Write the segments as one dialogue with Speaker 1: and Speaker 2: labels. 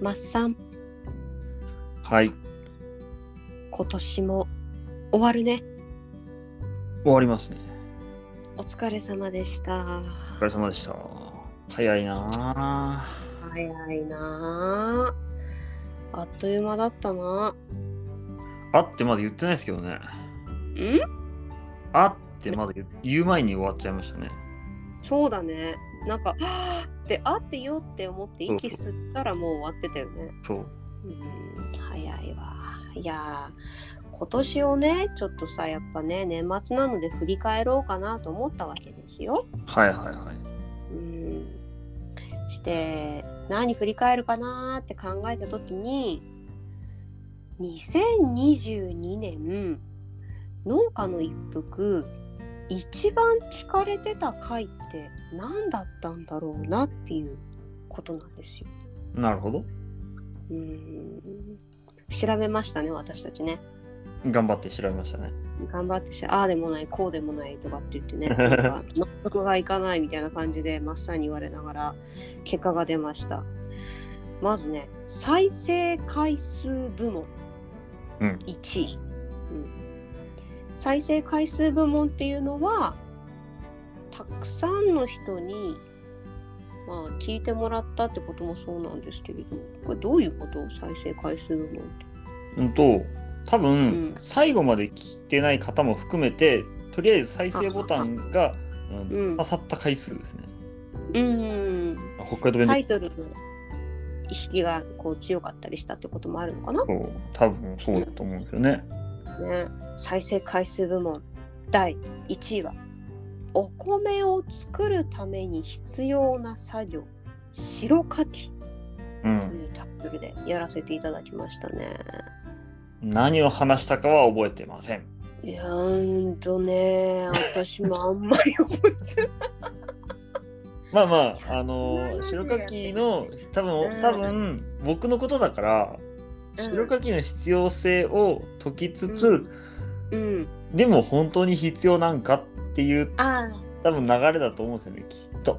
Speaker 1: マッサン
Speaker 2: はい、
Speaker 1: 今年も終わるね
Speaker 2: 終わりますね。
Speaker 1: お疲れ様でした
Speaker 2: お疲れ様でした。早いな
Speaker 1: 早いなああっという間だったな
Speaker 2: ぁ。あってまだ言ってないですけどね。
Speaker 1: ん
Speaker 2: あってまだ言う言う前に終わっちゃいましたね。
Speaker 1: そうだねなんか はぁってあってよって思って
Speaker 2: そう
Speaker 1: 息吸ったらもう終わってたよね
Speaker 2: そう。
Speaker 1: うん早いわいやー今年をねちょっとさやっぱね年末なので振り返ろうかなと思ったわけですよ
Speaker 2: はいはいはい。
Speaker 1: うんして何振り返るかなーって考えた時に2022年農家の一服一番聞かれてた回って何だったんだろうなっていうことなんですよ。
Speaker 2: なるほど。
Speaker 1: うん調べましたね私たちね。
Speaker 2: 頑張って調べましたね。
Speaker 1: 頑張ってしああでもないこうでもないとかって言っ てねなんか納得がいかないみたいな感じでまっさに言われながら結果が出ましたまずね再生回数部門
Speaker 2: うん
Speaker 1: 1位、うん再生回数部門っていうのはたくさんの人にまあ聞いてもらったってこともそうなんですけれどこれどういうこと再生回数部門って
Speaker 2: うんと、
Speaker 1: う
Speaker 2: 多
Speaker 1: ん
Speaker 2: 分、最後まで聞いてない方も含めて、とりあえず再生ボタンが、うん
Speaker 1: うん
Speaker 2: 刺さった回数ですね。
Speaker 1: うん
Speaker 2: 北海道弁
Speaker 1: タ
Speaker 2: で
Speaker 1: イトルの意識がこう強かったりしたってこともあるのかな、
Speaker 2: そう多分そうだと思うんですよね。
Speaker 1: ね、再生回数部門第1位はお米を作るために必要な作業白かき
Speaker 2: う
Speaker 1: と
Speaker 2: ん。
Speaker 1: いうタイトルでやらせていただきましたね。
Speaker 2: 何を話したかは覚えてません。
Speaker 1: いやーうんとね私もあんまり覚えて
Speaker 2: まあまあ、あのー
Speaker 1: そうな
Speaker 2: 白
Speaker 1: ん
Speaker 2: か
Speaker 1: です
Speaker 2: き
Speaker 1: よ
Speaker 2: の
Speaker 1: う
Speaker 2: 多分
Speaker 1: ん
Speaker 2: 多分僕のことだから
Speaker 1: うん
Speaker 2: 白かきの必要性を解きつつ、
Speaker 1: うん
Speaker 2: でも本当に必要なんかっていう
Speaker 1: ああ
Speaker 2: 多分流れだと思うんですよねきっと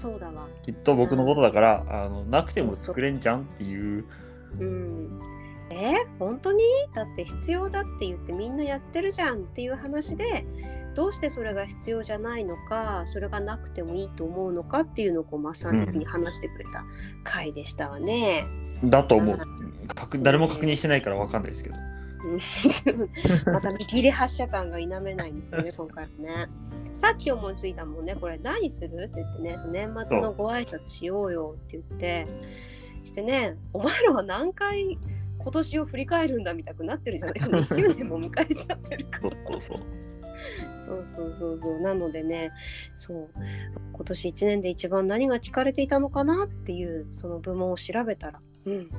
Speaker 1: そうだわ
Speaker 2: きっと僕のことだから、あのなくても作れんじゃんっていう
Speaker 1: うん、え本当にだって必要だって言ってみんなやってるじゃんっていう話でどうしてそれが必要じゃないのかそれがなくてもいいと思うのかっていうのをこうマッサン的に話してくれた回でしたわね。
Speaker 2: だと思う
Speaker 1: あ
Speaker 2: 確誰も確認してないからわかんないですけど
Speaker 1: また見切り発車感が否めないんですよ ね今回はね。さっき思いついたもんねこれ何するって言ってねその年末のご挨拶しようよって言ってしてねお前らは何回今年を振り返るんだみたくなってるじゃないこの1周年も迎えちゃってるか
Speaker 2: そう
Speaker 1: ら。
Speaker 2: そうそ
Speaker 1: そ
Speaker 2: う
Speaker 1: うそうそうそうなのでねそう今年1年で一番何が聞かれていたのかなっていうその部門を調べたら、うん、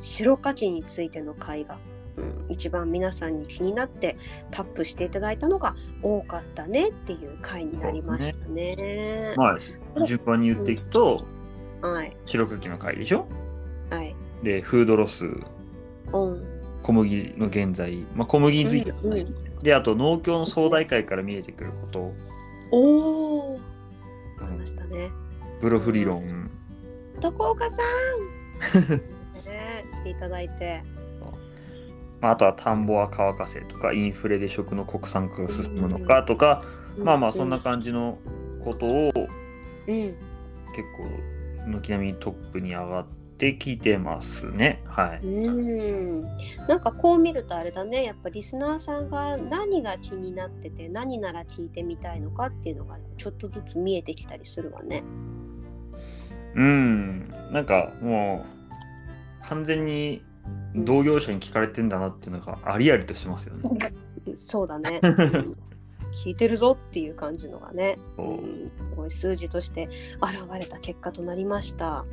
Speaker 1: 白かきについての回が、うん、一番皆さんに気になってタップしていただいたのが多かったねっていう回になりましたね。
Speaker 2: まあ順番に言っていくと
Speaker 1: はい
Speaker 2: 白かきの回でしょ
Speaker 1: はい
Speaker 2: でフードロス
Speaker 1: オン
Speaker 2: 小麦の現在、まあ、小麦についての話、
Speaker 1: う
Speaker 2: であと農協の総大会から見えてくること
Speaker 1: おーありましたね。
Speaker 2: ブロフ理論、
Speaker 1: 徳岡さんねしていただいて。
Speaker 2: まあ、あとは田んぼは乾かせとかインフレで食の国産化が進むのかとか、まあまあそんな感じのことを
Speaker 1: うん
Speaker 2: 結構軒並みトップに上がってきてますねは
Speaker 1: う
Speaker 2: い
Speaker 1: ん、なんかこう見るとあれだねやっぱリスナーさんが何が気になってて何なら聞いてみたいのかっていうのがちょっとずつ見えてきたりするわね。
Speaker 2: うんなんかもう完全に同業者に聞かれてんだなっていうのがありありとしてますよね、
Speaker 1: そうだねうん聞いてるぞっていう感じのがね、う、
Speaker 2: そうん
Speaker 1: すごい数字として現れた結果となりました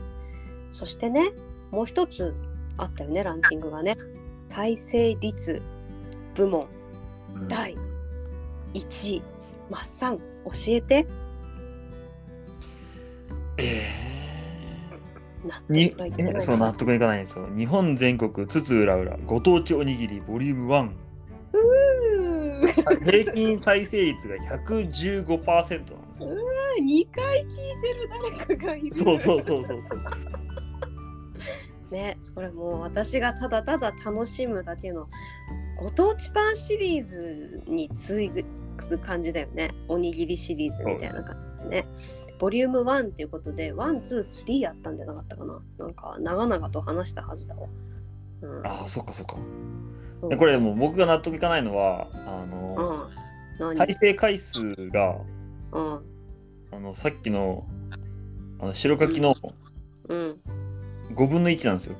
Speaker 1: そしてねもう一つあったよねランキングがね再生率部門
Speaker 2: うん
Speaker 1: 第1位マッサン教えて
Speaker 2: えー
Speaker 1: 納
Speaker 2: に
Speaker 1: 得がいってない
Speaker 2: そ う納得いかないんですよ。日本全国津々浦々ご当地おにぎりボリューム1
Speaker 1: うー
Speaker 2: 平均再生率が115%なんですよ。
Speaker 1: 2回聞いてる誰かがいる
Speaker 2: そうそうそうそうそう。
Speaker 1: ねそれもう私がただただ楽しむだけのご当地パンシリーズに次ぐ感じだよねおにぎりシリーズみたいな感じでねボリューム1っていうことで123やったんじゃなかったかななんか長々と話したはずだわ、うん、
Speaker 2: ああそっかそっか
Speaker 1: そう
Speaker 2: でこれでも僕が納得いかないのはあ
Speaker 1: う
Speaker 2: の、
Speaker 1: ん何
Speaker 2: 再生回数が
Speaker 1: うん
Speaker 2: あのさっきのあの白柿の
Speaker 1: うん
Speaker 2: 5分の1なんですよ。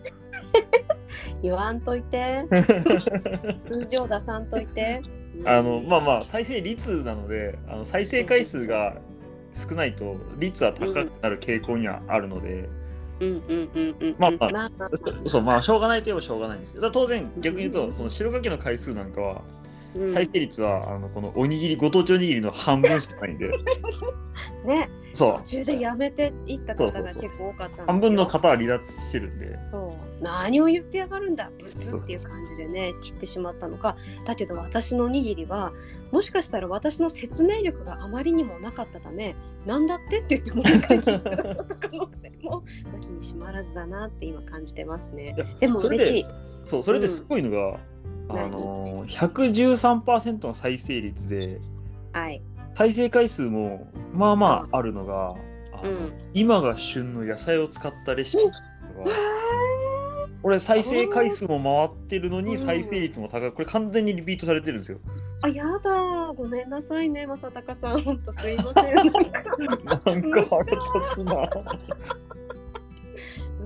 Speaker 1: 言わんとい て通常出さんといてうん
Speaker 2: あのまあまあ再生率なのであの再生回数が少ないと率は高くなる傾向にはあるので、
Speaker 1: うんうんうんうん
Speaker 2: まあまあ
Speaker 1: まあまあ
Speaker 2: そそうまあしょうがないといえばしょうがないんですけどだから当然逆に言う
Speaker 1: う
Speaker 2: とその白柿の回数なんかは
Speaker 1: うん
Speaker 2: 再生率はあのこのおにぎりご当地おにぎりの半分しかない んで
Speaker 1: ね
Speaker 2: そ
Speaker 1: 途中でやめていった方が
Speaker 2: そうそうそう
Speaker 1: 結構多かったんですよ
Speaker 2: う半分の方は離脱してるんで
Speaker 1: そう何を言ってやがるんだブツっていう感じでね切ってしまったのかだけど私のおにぎりはもしかしたら私の説明力があまりにもなかったためなんだってって言ってもう一回切った可能性もなきにしまらずだなって今感じてますね
Speaker 2: いや
Speaker 1: でも
Speaker 2: それ
Speaker 1: 嬉しい
Speaker 2: でそうそれですごいのが、
Speaker 1: うん
Speaker 2: あの113%の再生率で
Speaker 1: はい
Speaker 2: 再生回数もまあまああるのが、あの
Speaker 1: うん
Speaker 2: 今が旬の野菜を使ったレシピ
Speaker 1: わ
Speaker 2: が俺再生回数も回ってるのに再生率も高いこれ完全にリピートされてるんですよ。
Speaker 1: あやだごめんなさいね正隆さんほんとすいませんなんか
Speaker 2: なんか腹立つな。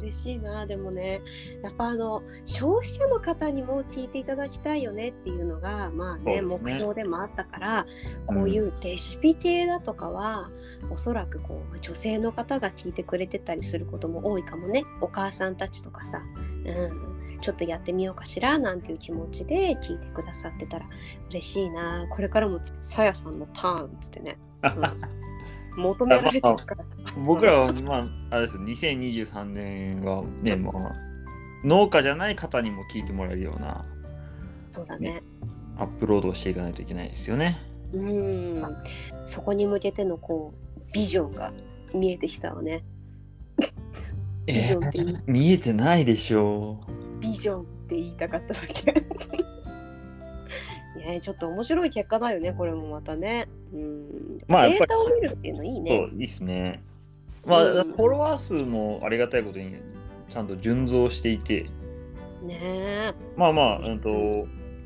Speaker 1: 嬉しいなでもねやっぱあの消費者の方にも聞いていただきたいよねっていうのがまあね
Speaker 2: そうですね
Speaker 1: 目標でもあったからこういうレシピ系だとかは、おそらくこう女性の方が聞いてくれてたりすることも多いかもねお母さんたちとかさ、うん、ちょっとやってみようかしらなんていう気持ちで聞いてくださってたら嬉しいなこれからもさやさんのターンっつって ね、うん求められてるからさ
Speaker 2: 僕らはまああれです2023年はねまあ農家じゃない方にも聞いてもらえるような
Speaker 1: そうだね
Speaker 2: アップロードをしていかないといけないですよね。
Speaker 1: うんそこに向けてのこうビジョンが見えてきたわねビジ
Speaker 2: え
Speaker 1: ョンって言い
Speaker 2: ー見えてないでしょ
Speaker 1: ビジョンって言いたかっただけ ねえちょっと面白い結果だよねこれもまたねうん、
Speaker 2: まあや
Speaker 1: デ
Speaker 2: っぱ
Speaker 1: ー
Speaker 2: り。
Speaker 1: タを見るっていうのいいうね
Speaker 2: そういいっすね。まあ、
Speaker 1: うん
Speaker 2: フォロワー数もありがたいことにちゃんと順増していて
Speaker 1: ねえ
Speaker 2: まあまあ、うんと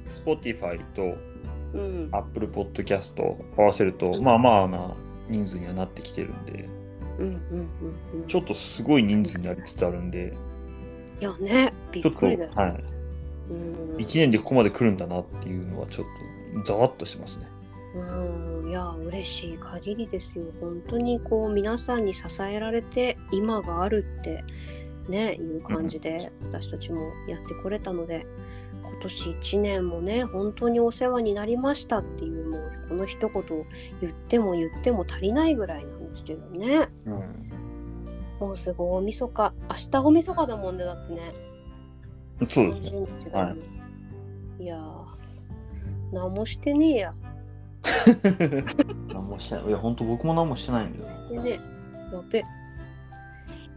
Speaker 2: Spotify と
Speaker 1: うん、
Speaker 2: Apple Podcast を合わせるとまあまあな人数にはなってきてるんで
Speaker 1: うんうんうんうん
Speaker 2: ちょっとすごい人数になりつつあるんで
Speaker 1: いやねびっ
Speaker 2: ちょっと、
Speaker 1: く
Speaker 2: は
Speaker 1: りだよ、
Speaker 2: い、
Speaker 1: うん
Speaker 2: 1年でここまで来るんだなっていうのはちょっとざわっとしてますね。
Speaker 1: うんいや嬉しい限りですよ本当にこう皆さんに支えられて今があるってねいう感じで私たちもやってこれたので今年1年もね本当にお世話になりましたっていうもうこの一言を言っても言っても足りないぐらいなんですけどねもうすぐ大晦日明日大晦日だもんねだってね
Speaker 2: そうですね。
Speaker 1: 30日だもんいやー何もしてねえや
Speaker 2: 何もしてない。いや、本当僕も何もしてないんだよ。
Speaker 1: でね、やべ。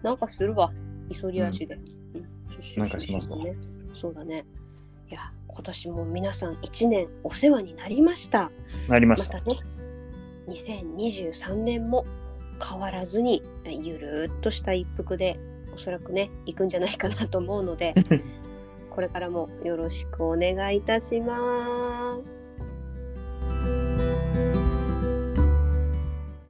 Speaker 1: なんかするわ、急ぎ足で。うん
Speaker 2: なんかしますか
Speaker 1: ね。そうだね。いや、今年も皆さん1年お世話になりました。
Speaker 2: なりま
Speaker 1: ま
Speaker 2: した。
Speaker 1: たね、2023年も変わらずに、ゆるーっとした一服で、おそらくね、行くんじゃないかなと思うので、これからもよろしくお願いいたします。